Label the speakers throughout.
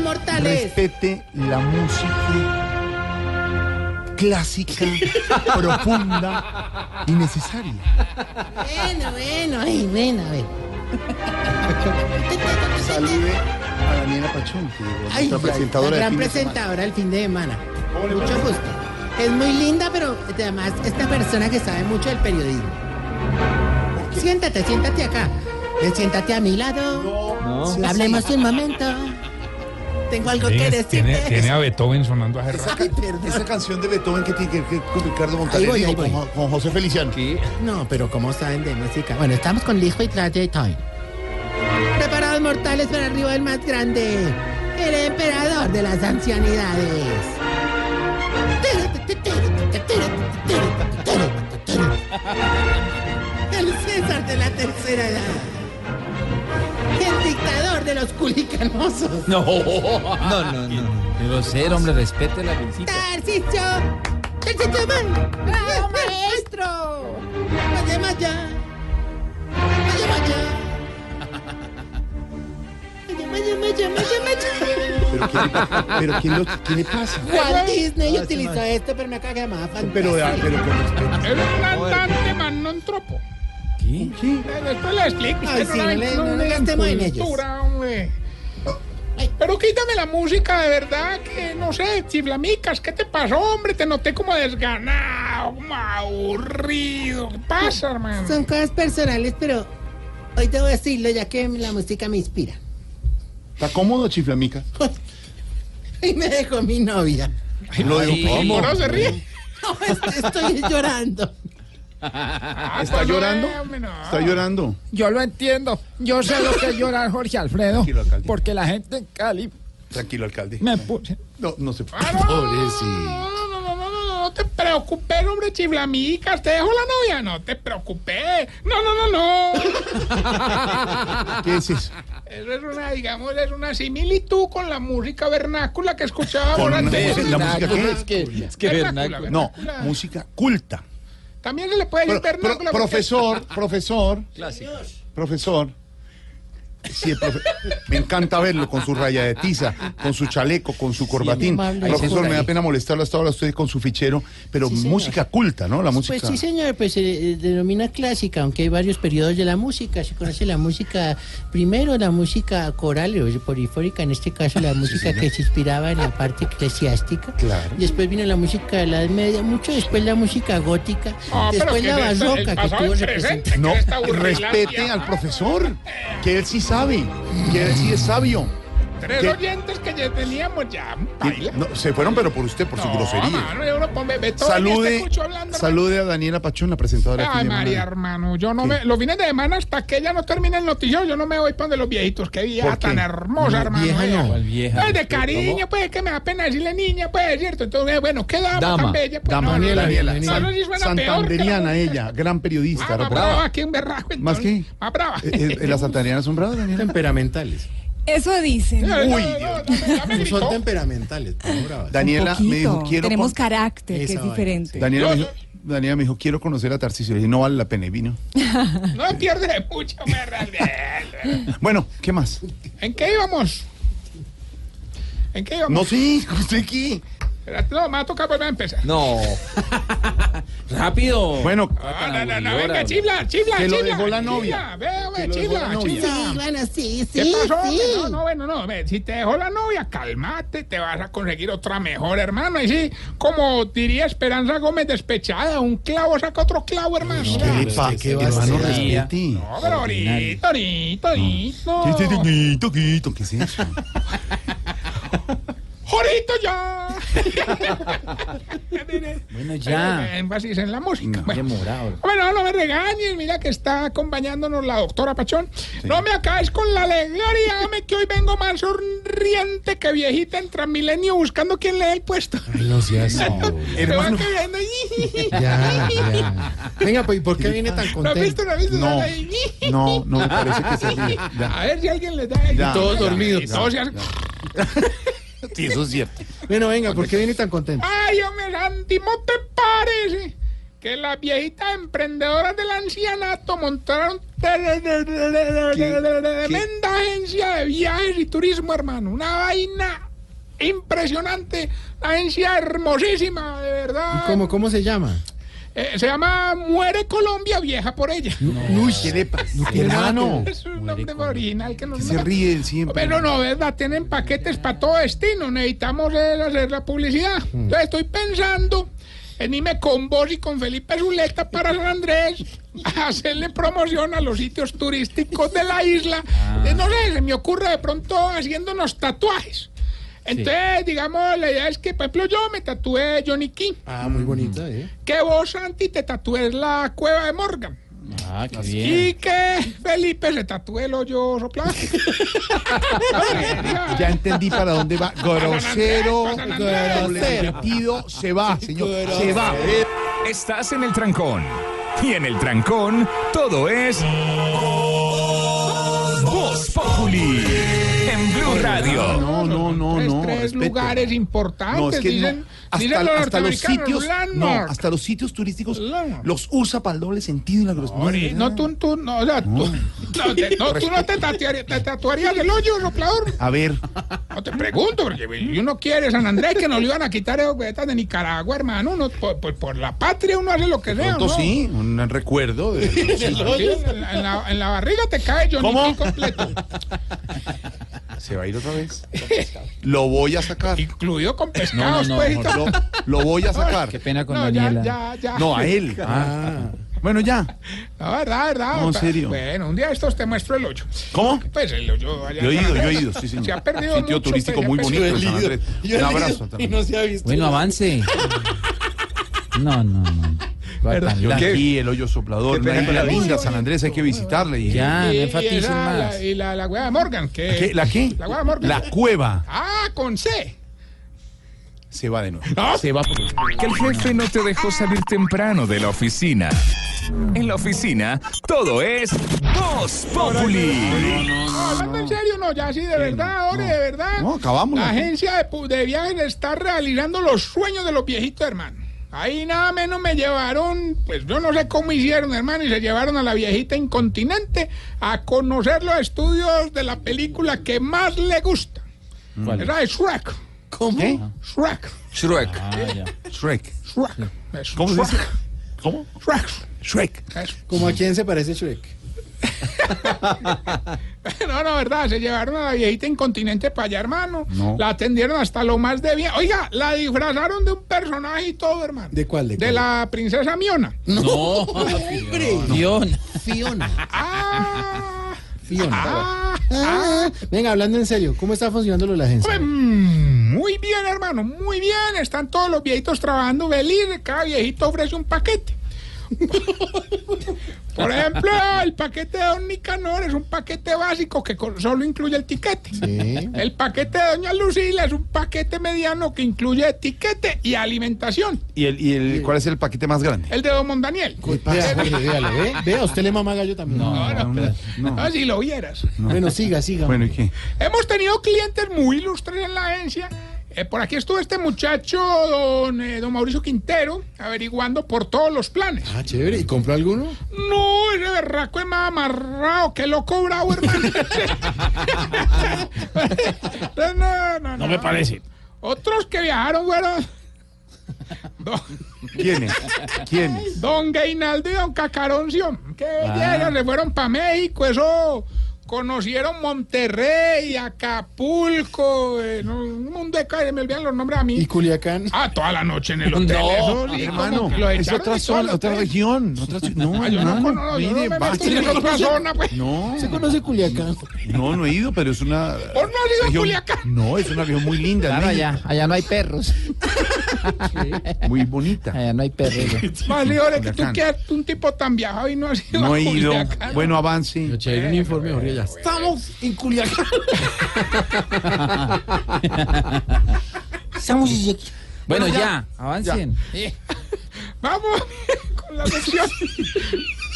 Speaker 1: Manizales.
Speaker 2: respete la música clásica, profunda y necesaria.
Speaker 1: Bueno, bueno, ay, bueno, a ver.
Speaker 2: Salude a Daniela Pachón, que es
Speaker 1: Ay,
Speaker 2: nuestra
Speaker 1: ay,
Speaker 2: presentadora
Speaker 1: la
Speaker 2: de
Speaker 1: gran
Speaker 2: fin de semana.
Speaker 1: presentadora del fin de semana. Mucho gusto. Es muy linda, pero además esta persona que sabe mucho del periodismo. Siéntate, siéntate acá. Eh, Siéntate a mi lado. Hablemos un momento. Tengo algo que
Speaker 3: Tiene,
Speaker 1: decirte.
Speaker 3: tiene- tiene a Beethoven sonando hace
Speaker 2: Esa,
Speaker 3: rato.
Speaker 2: ca- esa canción de Beethoven que tiene que ver con Ricardo
Speaker 1: Ahí voy,
Speaker 2: Montaner
Speaker 1: ahí
Speaker 2: y con,
Speaker 1: voy.
Speaker 2: Jo- con José Feliciano.
Speaker 1: No, pero ¿cómo saben de música? Bueno, estamos con Lijo y Trate de Time. Preparados mortales para arriba del más grande, el emperador de las ancianidades. El César de la tercera edad. El dictador de los culicanosos.
Speaker 4: No, no, no, no. Debo ser, hombre, respete la visita.
Speaker 1: ¡Tarcicio! ¡Tarcicio Man! ¡Bravo, maestro! ¡Vaya, vaya! ¡Vaya, vaya! ¡Vaya, vaya, vaya, vaya!
Speaker 2: Pero, ¿quién, pero ¿quién, lo- ¿quién le pasa?
Speaker 1: Walt Disney utilizó esto, pero me caga más
Speaker 2: Pero, ah, pero con respeto.
Speaker 3: Era un cantante, man, no un tropo.
Speaker 4: ¿Qué?
Speaker 2: Sí.
Speaker 3: Después le explico.
Speaker 1: Ay,
Speaker 3: usted
Speaker 1: sí,
Speaker 3: la-
Speaker 1: no le- no
Speaker 3: la
Speaker 1: le gastemos en ellos.
Speaker 3: cultura, hombre.
Speaker 1: Ay.
Speaker 3: Pero quítame la música, de verdad, que no sé, chiflamicas, ¿qué te pasó, hombre? Te noté como desganado, como aburrido. ¿Qué pasa, hermano?
Speaker 1: Son cosas personales, pero hoy debo decirlo, ya que la música me inspira.
Speaker 2: ¿Está cómodo, Chiflamica?
Speaker 1: Y me dejó mi novia.
Speaker 2: Lo digo,
Speaker 4: Ay,
Speaker 2: por favor.
Speaker 3: Moro se ríe.
Speaker 1: No, es- estoy llorando.
Speaker 3: Ah,
Speaker 2: ¿Está
Speaker 3: pues, no,
Speaker 2: llorando?
Speaker 3: hombre, no.
Speaker 2: ¿Está llorando?
Speaker 5: Yo lo entiendo. Yo sé lo que es llorar Jorge Alfredo.
Speaker 2: Tranquilo, alcalde.
Speaker 5: Porque la gente en Cali
Speaker 2: Tranquilo, alcalde.
Speaker 5: me puso.
Speaker 2: No, no se
Speaker 3: Ah, no, no, no, no, no, no, no, no te preocupes, hombre, chiflamicas. Te dejo la novia, no te preocupes. No, no, no, no.
Speaker 2: ¿Qué es eso?
Speaker 3: Eso es una, digamos, es una similitud con la música vernácula que escuchábamos
Speaker 2: Con una
Speaker 3: antes.
Speaker 2: música- ¿La música qué
Speaker 4: Es que, es que
Speaker 3: Vernácula,
Speaker 4: vernácula.
Speaker 2: No,
Speaker 3: vernácula.
Speaker 2: música culta.
Speaker 3: También se le puede
Speaker 2: Pro-
Speaker 3: decir
Speaker 2: pro-
Speaker 3: vernácula. porque-
Speaker 2: profesor, profesor,
Speaker 4: Clásico.
Speaker 2: profesor. Sí, el profe- Me encanta verlo con su raya de tiza, con su chaleco, con su corbatín.
Speaker 1: amable.
Speaker 2: profesor,
Speaker 1: Ahí.
Speaker 2: me da pena molestarlo hasta ahora usted con su fichero, pero
Speaker 1: Sí, señor.
Speaker 2: música culta, ¿no? La música.
Speaker 1: Pues sí, señor, pues se eh, denomina clásica, aunque hay varios periodos de la música. Se conoce la música, primero la música coral o polifónica, en este caso la música que se inspiraba en la parte eclesiástica.
Speaker 2: Claro.
Speaker 1: Después vino la música de la Edad Media, mucho después la música gótica,
Speaker 3: Ah, pero
Speaker 1: después
Speaker 3: que
Speaker 1: la
Speaker 3: en esta-
Speaker 1: barroca
Speaker 3: el
Speaker 1: que
Speaker 3: pasado
Speaker 1: tuvo
Speaker 3: es presente.
Speaker 1: representación.
Speaker 2: No,
Speaker 3: que está aburrida,
Speaker 2: respete
Speaker 3: tía.
Speaker 2: al profesor, que él sí sabe, que él sí es sabio.
Speaker 3: Tres
Speaker 2: ¿Qué?
Speaker 3: oyentes que ya teníamos ya.
Speaker 2: Y-
Speaker 3: Baila.
Speaker 2: no, se fueron, pero por usted, por su grosería.
Speaker 3: mano, yo no pongo- ve todo este
Speaker 2: Salude,
Speaker 3: cucho hablando,
Speaker 2: salude a Daniela Pachón, la presentadora de
Speaker 3: Ay,
Speaker 2: Fin de
Speaker 3: María,
Speaker 2: Semana.
Speaker 3: hermano, yo no
Speaker 2: ¿Qué?
Speaker 3: me... Los fines de semana hasta que ella no termine el noticiero, yo no me voy para donde los viejitos. Qué vieja
Speaker 2: ¿Por qué?
Speaker 3: tan hermosa,
Speaker 1: No,
Speaker 3: hermano.
Speaker 1: vieja
Speaker 3: ella.
Speaker 1: no.
Speaker 4: ¿Cuál vieja?
Speaker 3: Ay, de cariño, pues, que me da pena decirle niña, pues, ¿cierto? Entonces, bueno, ¿qué dama, tan
Speaker 4: Dama,
Speaker 3: bella? Pues,
Speaker 2: Dama
Speaker 3: no, no,
Speaker 2: Daniela,
Speaker 3: no,
Speaker 2: Daniela,
Speaker 3: no,
Speaker 2: san-
Speaker 3: no, sí suena peor que la
Speaker 2: santanderiana
Speaker 3: otra.
Speaker 2: ella, gran periodista.
Speaker 3: Ah, más
Speaker 2: reportera.
Speaker 3: brava, aquí un berraco.
Speaker 2: Pues ¿Más
Speaker 3: entonces.
Speaker 2: qué?
Speaker 3: Más brava.
Speaker 2: Eh, eh, ¿Las santanderianas son bravas, Daniela?
Speaker 6: Temperamentales.
Speaker 7: Eso dicen.
Speaker 3: No, no,
Speaker 2: Uy,
Speaker 3: no,
Speaker 2: Dios.
Speaker 3: no, ya me gritó.
Speaker 6: Son temperamentales, pero bravas.
Speaker 2: Daniela
Speaker 7: Un
Speaker 2: me dijo,
Speaker 7: poquito.
Speaker 2: quiero...
Speaker 7: Tenemos
Speaker 2: con-
Speaker 7: carácter, que
Speaker 6: Esa
Speaker 7: es
Speaker 6: vaina,
Speaker 7: diferente.
Speaker 2: Daniela, me dijo, Daniela me dijo, quiero conocer a Tarcisio. Y no vale la pena, y vino.
Speaker 3: No pierdes de mucho, me realmente.
Speaker 2: Bueno, ¿qué más?
Speaker 3: ¿En qué íbamos? ¿En qué íbamos?
Speaker 2: No, sí, usted aquí.
Speaker 3: Espérate, No, me va a tocar volver a empezar.
Speaker 4: No. Rápido.
Speaker 2: Bueno,
Speaker 3: Ah, No, no, no, no,
Speaker 4: aburridora,
Speaker 3: venga,
Speaker 4: bro.
Speaker 3: chifla, chifla,
Speaker 2: Que lo
Speaker 3: chifla,
Speaker 2: dejó la
Speaker 3: chifla,
Speaker 2: novia.
Speaker 3: Ve, ve,
Speaker 2: lo dejó la
Speaker 3: chifla,
Speaker 2: novia.
Speaker 3: chifla.
Speaker 1: Sí, bueno, sí,
Speaker 3: ¿Qué
Speaker 1: sí,
Speaker 3: pasó? hombre?
Speaker 1: sí.
Speaker 3: No, no, bueno, no. ve, Si te dejó la novia, calmate, te vas a conseguir otra mejor, hermano. Y sí, como diría Esperanza Gómez despechada, un clavo saca otro clavo, hermano.
Speaker 2: ¿qué
Speaker 3: No,
Speaker 2: le pasa? Hermano, respete.
Speaker 3: Ah, pero ahorita, ahorita,
Speaker 2: ¿Qué es
Speaker 3: ahorita.
Speaker 2: eso? Toquito, ¿Qué es eso?
Speaker 3: ¡Jorito ya!
Speaker 4: Bueno,
Speaker 3: Eh,
Speaker 4: ya.
Speaker 3: Énfasis en la música.
Speaker 2: No,
Speaker 3: Bueno.
Speaker 4: Demorado.
Speaker 3: Bueno, no me regañes, mira que está acompañándonos la doctora Pachón. No me acabes con la alegría, dame que hoy vengo más sonriente que viejita en Transmilenio buscando quién le dé el puesto.
Speaker 6: No seas.
Speaker 2: Hermano.
Speaker 3: Me va quedando ahí.
Speaker 6: Ya, ya. Venga, pues, ¿y por qué viene tan
Speaker 3: ¿No has visto,
Speaker 6: contento?
Speaker 3: no has visto?
Speaker 2: No,
Speaker 3: Ahí.
Speaker 2: no, no me parece que se ríe. Ya.
Speaker 3: A ver si alguien le da.
Speaker 2: Ya.
Speaker 6: Todos dormidos.
Speaker 3: Y todos se hacen-
Speaker 2: Sí, eso es cierto.
Speaker 6: Bueno, venga, ¿por qué viene tan contento?
Speaker 3: Ay, hombre, Santi, ¿no te parece que las viejitas emprendedoras del ancianato montaron tremenda agencia de viajes y turismo, hermano? Una vaina impresionante, una agencia hermosísima, de verdad.
Speaker 6: ¿Cómo, cómo se llama?
Speaker 3: Eh, se llama Muere Colombia, vieja por ella.
Speaker 2: Uy, ¿qué le pasa? Hermano,
Speaker 3: Es un nombre original que no
Speaker 2: se ríen siempre.
Speaker 3: Pero no, ¿verdad? Tienen paquetes para todo destino. Necesitamos es hacer la publicidad. Entonces estoy pensando en irme con vos y con Felipe Zuleta para San Andrés a hacerle promoción a los sitios turísticos de la isla. Eh, No sé, se me ocurre de pronto haciéndonos tatuajes. Entonces, digamos, la idea es que, por ejemplo, yo me tatué Johnny King, Mm.
Speaker 6: Ah, muy bonita, ¿eh?
Speaker 3: que vos, Santi, te tatúes la cueva de Morgan.
Speaker 4: Ah, qué bien.
Speaker 3: Y que Felipe se tatúe el hoyo soplado.
Speaker 2: Ya entendí para dónde va. Grosero,
Speaker 3: Pasan Andrés, pasan
Speaker 2: grosero. sentido, se va, señor. Se va.
Speaker 7: Estás en el trancón. Y en el trancón, todo es. Voz Populi. En Blue Radio.
Speaker 2: No, no, no,
Speaker 3: tres,
Speaker 2: no.
Speaker 3: tres
Speaker 2: respeto.
Speaker 3: lugares importantes,
Speaker 2: No, es que
Speaker 3: dicen,
Speaker 2: no, hasta,
Speaker 3: dicen los
Speaker 2: hasta los
Speaker 3: norteamericanos,
Speaker 2: sitios, no,
Speaker 3: landmark.
Speaker 2: hasta los sitios turísticos
Speaker 3: Landmark.
Speaker 2: los usa para el doble sentido y la grosería.
Speaker 3: Ori- No, tú, tú, no, o sea, tú, no, te- no, tú no te tatuarías, te tatuarías el hoyo soplador.
Speaker 2: A ver,
Speaker 3: No te pregunto, porque si uno quiere San Andrés, que nos lo iban a quitar esos vetas de Nicaragua, hermano. Uno, por, por- por la patria uno hace lo que sea.
Speaker 2: pronto
Speaker 3: ¿no?
Speaker 2: sí, un recuerdo de
Speaker 3: Sí, en, la, en la- en la barriga te cae Johnny
Speaker 2: ¿Cómo?
Speaker 3: King completo,
Speaker 2: se va a ir otra vez. Lo voy a sacar.
Speaker 3: incluido con pescados,
Speaker 4: no,
Speaker 3: pues. y
Speaker 4: no,
Speaker 3: todo.
Speaker 2: Lo, lo voy a
Speaker 4: Qué
Speaker 2: sacar.
Speaker 4: pena con
Speaker 3: No, ya,
Speaker 4: Daniela.
Speaker 3: ya, ya.
Speaker 2: No, a él. Ah. Bueno, ya.
Speaker 3: No, verdad, verdad.
Speaker 2: No, en
Speaker 3: Pa-
Speaker 2: serio.
Speaker 3: Bueno, un día de estos te muestro el hoyo.
Speaker 2: ¿Cómo?
Speaker 3: Pues el hoyo allá.
Speaker 2: Yo he
Speaker 3: en
Speaker 2: ido, yo he
Speaker 3: San Andrés.
Speaker 2: ido, sí, señor.
Speaker 3: Se ha perdido
Speaker 2: Sitio
Speaker 3: mucho,
Speaker 2: turístico
Speaker 3: pues, ya
Speaker 2: muy
Speaker 3: perdido.
Speaker 2: bonito, en San Andrés.
Speaker 6: Yo he
Speaker 2: Un abrazo.
Speaker 6: leído Y
Speaker 2: también.
Speaker 6: no se ha visto.
Speaker 4: Bueno,
Speaker 6: nada.
Speaker 4: avance. No, no, no.
Speaker 2: Yo
Speaker 4: Guatalá.
Speaker 2: aquí, el hoyo soplador,
Speaker 3: Qué
Speaker 2: una
Speaker 3: pena
Speaker 2: isla
Speaker 3: con la-
Speaker 2: linda, San Andrés, hay que visitarla. Y,
Speaker 4: Ya, Ah, no
Speaker 3: Y, y
Speaker 4: enfaticen
Speaker 3: esa-
Speaker 4: más.
Speaker 3: la, y la, la hueá de Morgan, que.
Speaker 2: ¿Qué? ¿La qué?
Speaker 3: La hueá de Morgan.
Speaker 2: La cueva.
Speaker 3: Ah, con C.
Speaker 2: Se va de nuevo.
Speaker 3: No,
Speaker 2: Se va por-
Speaker 7: Que el jefe no te dejó salir temprano de la oficina. En la oficina, todo es. Voz Populi.
Speaker 3: hablando en serio, no, ya sí, de verdad, ahora de verdad.
Speaker 2: No, acabamos.
Speaker 3: La agencia de, pu- de viajes está realizando los sueños de los viejitos, hermano. Ahí nada menos me llevaron, pues yo no sé cómo hicieron, hermano, y se llevaron a la viejita incontinente a conocer los estudios de la película que más le gusta.
Speaker 2: Mm.
Speaker 3: Era de Shrek.
Speaker 6: ¿Cómo?
Speaker 3: Shrek.
Speaker 7: Shrek.
Speaker 4: Ah, ya.
Speaker 2: Shrek.
Speaker 3: Shrek. Es
Speaker 2: ¿Cómo se
Speaker 3: Shrek.
Speaker 2: dice? ¿Cómo?
Speaker 3: Shrek.
Speaker 2: Shrek.
Speaker 3: Es-
Speaker 6: ¿Cómo a quién se parece Shrek?
Speaker 3: No, no, verdad, se llevaron a la viejita incontinente para allá, hermano.
Speaker 2: No.
Speaker 3: La atendieron hasta lo más de bien. Oiga, la disfrazaron de un personaje y todo, hermano.
Speaker 6: ¿De cuál? ¿De,
Speaker 3: De
Speaker 6: cuál?
Speaker 3: la princesa Miona.
Speaker 4: No, Dion.
Speaker 6: Fiona.
Speaker 3: Ah,
Speaker 6: Fiona.
Speaker 3: ah,
Speaker 6: Ah, venga, hablando en serio, ¿cómo está funcionando lo de la
Speaker 3: pues,
Speaker 6: agencia?
Speaker 3: mm, muy bien, hermano, muy bien. Están todos los viejitos trabajando feliz. Cada viejito ofrece un paquete. Por ejemplo, el paquete de Don Nicanor es un paquete básico que con- solo incluye el tiquete.
Speaker 6: Sí.
Speaker 3: El paquete de Doña Lucila es un paquete mediano que incluye etiquete y alimentación.
Speaker 2: ¿Y, el, y el, cuál es el paquete más grande?
Speaker 3: El de Don Mondaniel.
Speaker 6: ¿Qué pasa, Jorge? Dígale, ve, ve, a usted le mama gallo también.
Speaker 3: No, no,
Speaker 2: no, no.
Speaker 3: Ah, si lo vieras.
Speaker 6: Bueno, siga, siga.
Speaker 2: Bueno, ¿y qué?
Speaker 3: Hemos tenido clientes muy ilustres en la agencia. Eh, por aquí estuvo este muchacho, don, eh, don Mauricio Quintero, averiguando por todos los planes.
Speaker 6: Ah, chévere. ¿Y compró alguno?
Speaker 3: No, ese berraco es más amarrado que loco bravo, hermano. no, no, no, no.
Speaker 7: parece.
Speaker 3: Otros que viajaron fueron don,
Speaker 2: ¿Quién es? ¿Quién es?
Speaker 3: don Gainaldo y don Cacaronción. Qué
Speaker 2: Ah.
Speaker 3: belleza, se fueron para México, eso. Conocieron Monterrey, Acapulco, eh, no, un mundo de calles, me olvidan los nombres a mí.
Speaker 6: ¿Y Culiacán?
Speaker 3: Ah, toda la noche en el hotel.
Speaker 4: No,
Speaker 3: eso sí,
Speaker 2: ah, Hermano,
Speaker 3: como que Oh, lo
Speaker 2: es
Speaker 3: echaron
Speaker 2: otra
Speaker 3: y todo el
Speaker 2: zona, otra
Speaker 3: hotel.
Speaker 2: región. Otra, ci- no,
Speaker 3: Ah, yo no,
Speaker 2: hermano,
Speaker 3: no, no, yo no
Speaker 2: mire,
Speaker 3: me meto
Speaker 2: basta.
Speaker 3: en otra zona, pues.
Speaker 2: No,
Speaker 6: ¿Se conoce Culiacán?
Speaker 2: no, no he ido, pero es una.
Speaker 3: ¿Vos no has ido a
Speaker 2: región-
Speaker 3: Culiacán?
Speaker 2: No, es una región muy linda,
Speaker 4: Claro,
Speaker 2: ¿no?
Speaker 4: allá, allá Ah, no hay perros.
Speaker 2: muy bonita.
Speaker 4: Allá no hay perros.
Speaker 3: Más Libre, que tú
Speaker 2: Culiacán.
Speaker 3: que eres un tipo tan viajado y no has ido
Speaker 2: No
Speaker 3: a
Speaker 2: he ido.
Speaker 3: Culiacán.
Speaker 2: Bueno, avance.
Speaker 6: un informe, Jorge, ya estamos en Culiacán.
Speaker 4: Bueno, ya, avancen.
Speaker 3: Vamos con la sección.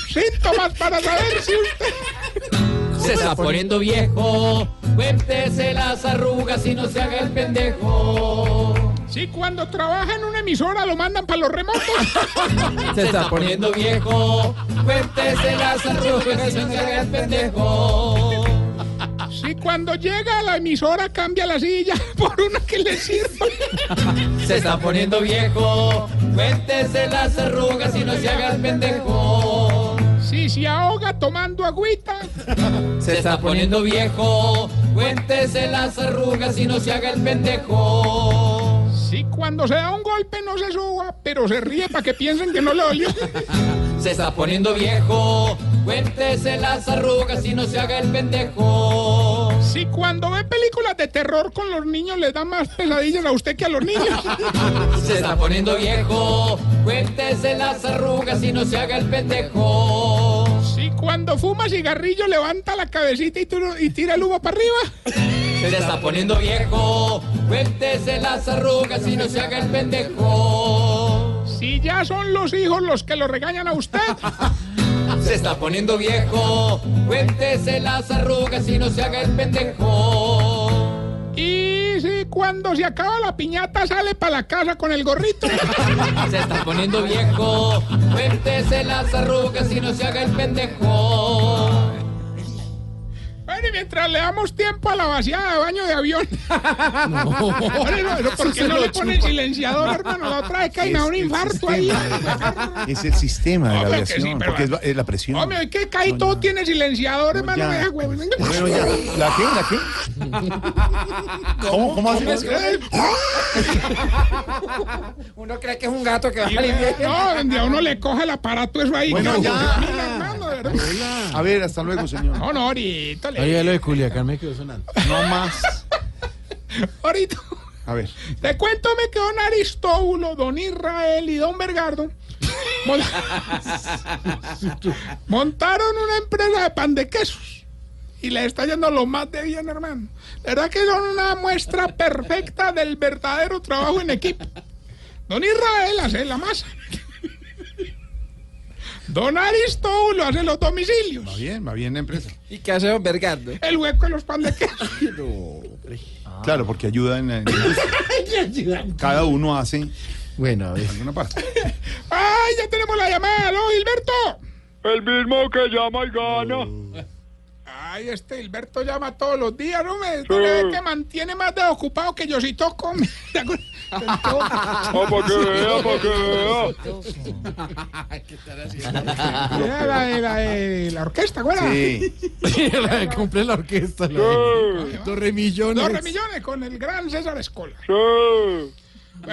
Speaker 3: Síntomas para saber si usted...
Speaker 4: Se está poniendo viejo. Cuéntese las arrugas y no se haga el pendejo.
Speaker 3: Si cuando trabaja en una emisora lo mandan para los remotos.
Speaker 4: Se está poniendo viejo. Cuéntese las arrugas y no se haga el pendejo.
Speaker 3: Si Y cuando llega a la emisora cambia la silla por una que le sirva.
Speaker 4: Se está poniendo viejo. Cuéntese las arrugas y no se haga el pendejo.
Speaker 3: Si se ahoga tomando agüita.
Speaker 4: Se está poniendo viejo. Cuéntese las arrugas y no se haga el pendejo.
Speaker 3: Si cuando se da un golpe no se suba, pero se ríe para que piensen que no le dolió.
Speaker 4: Se está poniendo viejo. Cuéntese las arrugas y no se haga el pendejo.
Speaker 3: Si cuando ve películas de terror con los niños le da más pesadillas a usted que a los niños.
Speaker 4: Se está poniendo viejo. Cuéntese las arrugas y no se haga el pendejo.
Speaker 3: Si cuando fuma cigarrillo levanta la cabecita y, tu- y tira el humo para arriba.
Speaker 4: Se está poniendo viejo. Cuéntese las arrugas y no se haga el pendejo.
Speaker 3: Si ya son los hijos los que lo regañan a usted.
Speaker 4: Se está poniendo viejo. Cuéntese las arrugas y no se haga el pendejo.
Speaker 3: Y si cuando se acaba la piñata sale para la casa con el gorrito.
Speaker 4: Se está poniendo viejo. Cuéntese las arrugas y no se haga el pendejo.
Speaker 3: Bueno, y mientras le damos tiempo a la vaciada de baño de avión. Oye, no, pero ¿Por qué no le ponen silenciador, hermano? La otra vez que hay un
Speaker 2: el
Speaker 3: infarto ahí.
Speaker 2: sistema. Es el sistema de la
Speaker 3: Hombre, que sí,
Speaker 2: aviación,
Speaker 3: pero-
Speaker 2: porque es la, es la presión.
Speaker 3: Hombre, hoy que caí todo tiene silenciador, hermano.
Speaker 2: ya.
Speaker 3: vea, güey.
Speaker 2: Bueno, ya. ¿La qué? ¿La qué? ¿Cómo, cómo hace?
Speaker 5: Uno cree que es un gato que va a
Speaker 3: No, donde a uno le coge el aparato eso ahí.
Speaker 2: Bueno,
Speaker 3: que-
Speaker 2: ya.
Speaker 3: Mira, hermano, de verdad.
Speaker 2: A ver, hasta luego, señor.
Speaker 3: No, no, ahorita. le-
Speaker 6: Oye, lo de Culiacán me quedó sonando.
Speaker 2: No más.
Speaker 3: Ahorita.
Speaker 2: A ver.
Speaker 3: Te cuento me que don Aristóbulo, don Israel y don Bergardo mon- montaron una empresa de pan de quesos y le está yendo lo más de bien, hermano. La verdad que son una muestra perfecta del verdadero trabajo en equipo. Don Israel hace la masa. Don Aristóbulo hace los
Speaker 2: Va
Speaker 3: domicilios,
Speaker 2: bien, va bien la empresa.
Speaker 5: ¿Y qué hace Don Bergardo?
Speaker 3: el hueco de los pan de quesos.
Speaker 2: Ah. Claro, porque ayuda en la en la industria. Cada uno hace
Speaker 6: Bueno, a ver.
Speaker 2: alguna parte.
Speaker 3: ¡Ay, ya tenemos la llamada! ¿no, Gilberto?
Speaker 8: El mismo que llama y gana.
Speaker 3: Ay, este Hilberto llama todos los días, ¿no? Me tú le ves que mantiene más desocupado que yo si toco. mira, con-
Speaker 8: Ah, para que vea, para que vea.
Speaker 3: Era la de la, de la orquesta, güera.
Speaker 2: Ah, Sí.
Speaker 6: Compré la orquesta. la de-
Speaker 8: Sí,
Speaker 6: Dos re millones.
Speaker 3: Dos re millones con el gran César Escola.
Speaker 8: sí.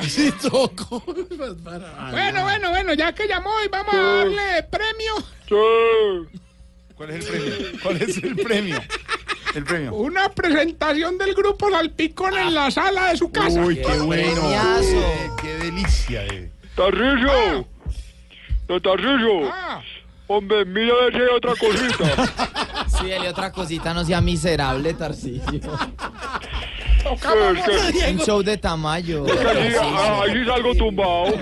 Speaker 6: Sí, toco.
Speaker 2: Ah,
Speaker 6: Para-
Speaker 3: Bueno, bueno, bueno, ya que llamó y vamos a darle premio.
Speaker 8: Sí.
Speaker 2: ¿Cuál es el premio? ¿Cuál es el premio? El premio.
Speaker 3: Una presentación del grupo Salpicón en la sala de su casa.
Speaker 2: Ah. Uy, qué bueno. Qué, qué delicia. eh.
Speaker 8: Tá Tarrillo. Don Tarrillo.
Speaker 3: Ah,
Speaker 8: Hombre, tá mira a ver si hay otra cosita.
Speaker 4: Sí, y otra cosita, no sea miserable, Tarcillo.
Speaker 3: tocamos.
Speaker 8: Es que-
Speaker 4: Un show de tamaño.
Speaker 8: Ahí, ahí sí salgo tumbado.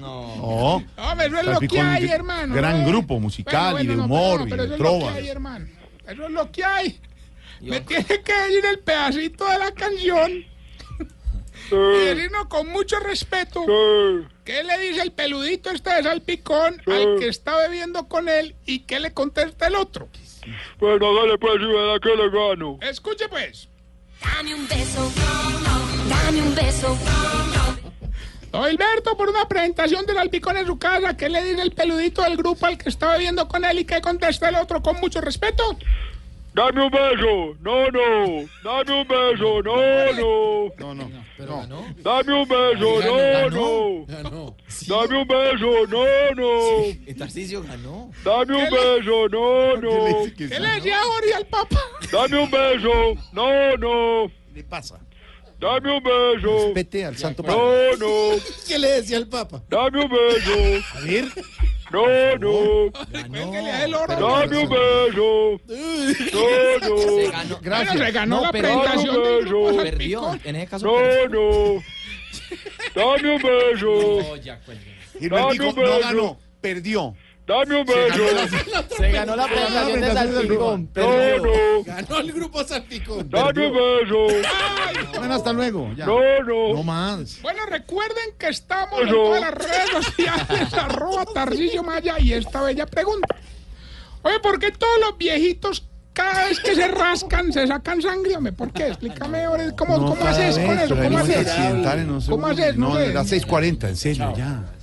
Speaker 2: No.
Speaker 3: No, pero eso es Ah, lo que
Speaker 2: Salpicón,
Speaker 3: hay,
Speaker 2: de-
Speaker 3: hermano.
Speaker 2: gran
Speaker 3: ¿no?
Speaker 2: grupo musical y de
Speaker 3: no,
Speaker 2: humor
Speaker 3: no,
Speaker 2: y
Speaker 3: pero
Speaker 2: de
Speaker 3: eso Es lo
Speaker 2: trovas.
Speaker 3: que hay, hermano. Eso es lo que hay. Me tiene que decir el pedacito de la canción. Y
Speaker 8: Sí,
Speaker 3: decirnos con mucho respeto
Speaker 8: sí.
Speaker 3: qué le dice el peludito este de salpicón al que está bebiendo con él y qué le contesta el otro.
Speaker 8: Bueno, hágale pues y verá que le gano.
Speaker 3: Escuche pues.
Speaker 9: Dame un beso, dame un beso,
Speaker 3: Don Hilberto, por una presentación del salpicón en su casa, ¿qué le dice el peludito del grupo al que está bebiendo con él y qué contesta el otro con mucho respeto?
Speaker 8: Dame un beso. No, no. Dame un beso. No, no.
Speaker 2: No, no.
Speaker 8: Dame un beso. No, no.
Speaker 6: No.
Speaker 8: Dame un beso. No, no.
Speaker 4: Tarcicio ganó.
Speaker 8: Dame un beso. No, no. Ah,
Speaker 2: ¿Qué
Speaker 3: ¿Qué le decía Jorge al papá?
Speaker 8: Dame un beso. No, no.
Speaker 2: le pasa?
Speaker 8: Dame un beso.
Speaker 2: Vete al Santo Padre.
Speaker 8: No, no.
Speaker 6: ¿Qué le decía el Papa?
Speaker 8: Dame un beso.
Speaker 2: A ver.
Speaker 8: No, no.
Speaker 3: Cuélguele a él oro.
Speaker 8: Dame un beso. No, no.
Speaker 4: Ganó.
Speaker 3: Bueno, se ganó
Speaker 4: No,
Speaker 3: la
Speaker 4: pero-
Speaker 3: presentación del grupo
Speaker 8: Pero-
Speaker 3: salpicón.
Speaker 4: En ese caso.
Speaker 8: No, no. Dame un beso.
Speaker 2: Gilbertico
Speaker 8: No,
Speaker 2: no
Speaker 8: no, no.
Speaker 2: ganó, perdió.
Speaker 8: Dame un beso.
Speaker 4: Se ganó la presentación de Salpicón.
Speaker 8: No, no.
Speaker 6: Ganó el grupo Salpicón.
Speaker 8: Dame un beso.
Speaker 2: Bueno, hasta luego. Ya.
Speaker 8: No,
Speaker 2: No
Speaker 8: no.
Speaker 2: más.
Speaker 3: Bueno, recuerden que estamos en
Speaker 8: Eso.
Speaker 3: todas las redes sociales, arroba Tarcillo Maya y esta bella pregunta. Oye, ¿por qué todos los viejitos Cada vez que se rascan, se sacan sangre, hombre. ¿Por qué? Explícame ahora cómo, cómo haces con eso. ¿Cómo haces?
Speaker 2: accidentales, no sé.
Speaker 3: ¿Cómo haces? No
Speaker 2: No,
Speaker 3: sé.
Speaker 2: a las 6.40, en serio, ya.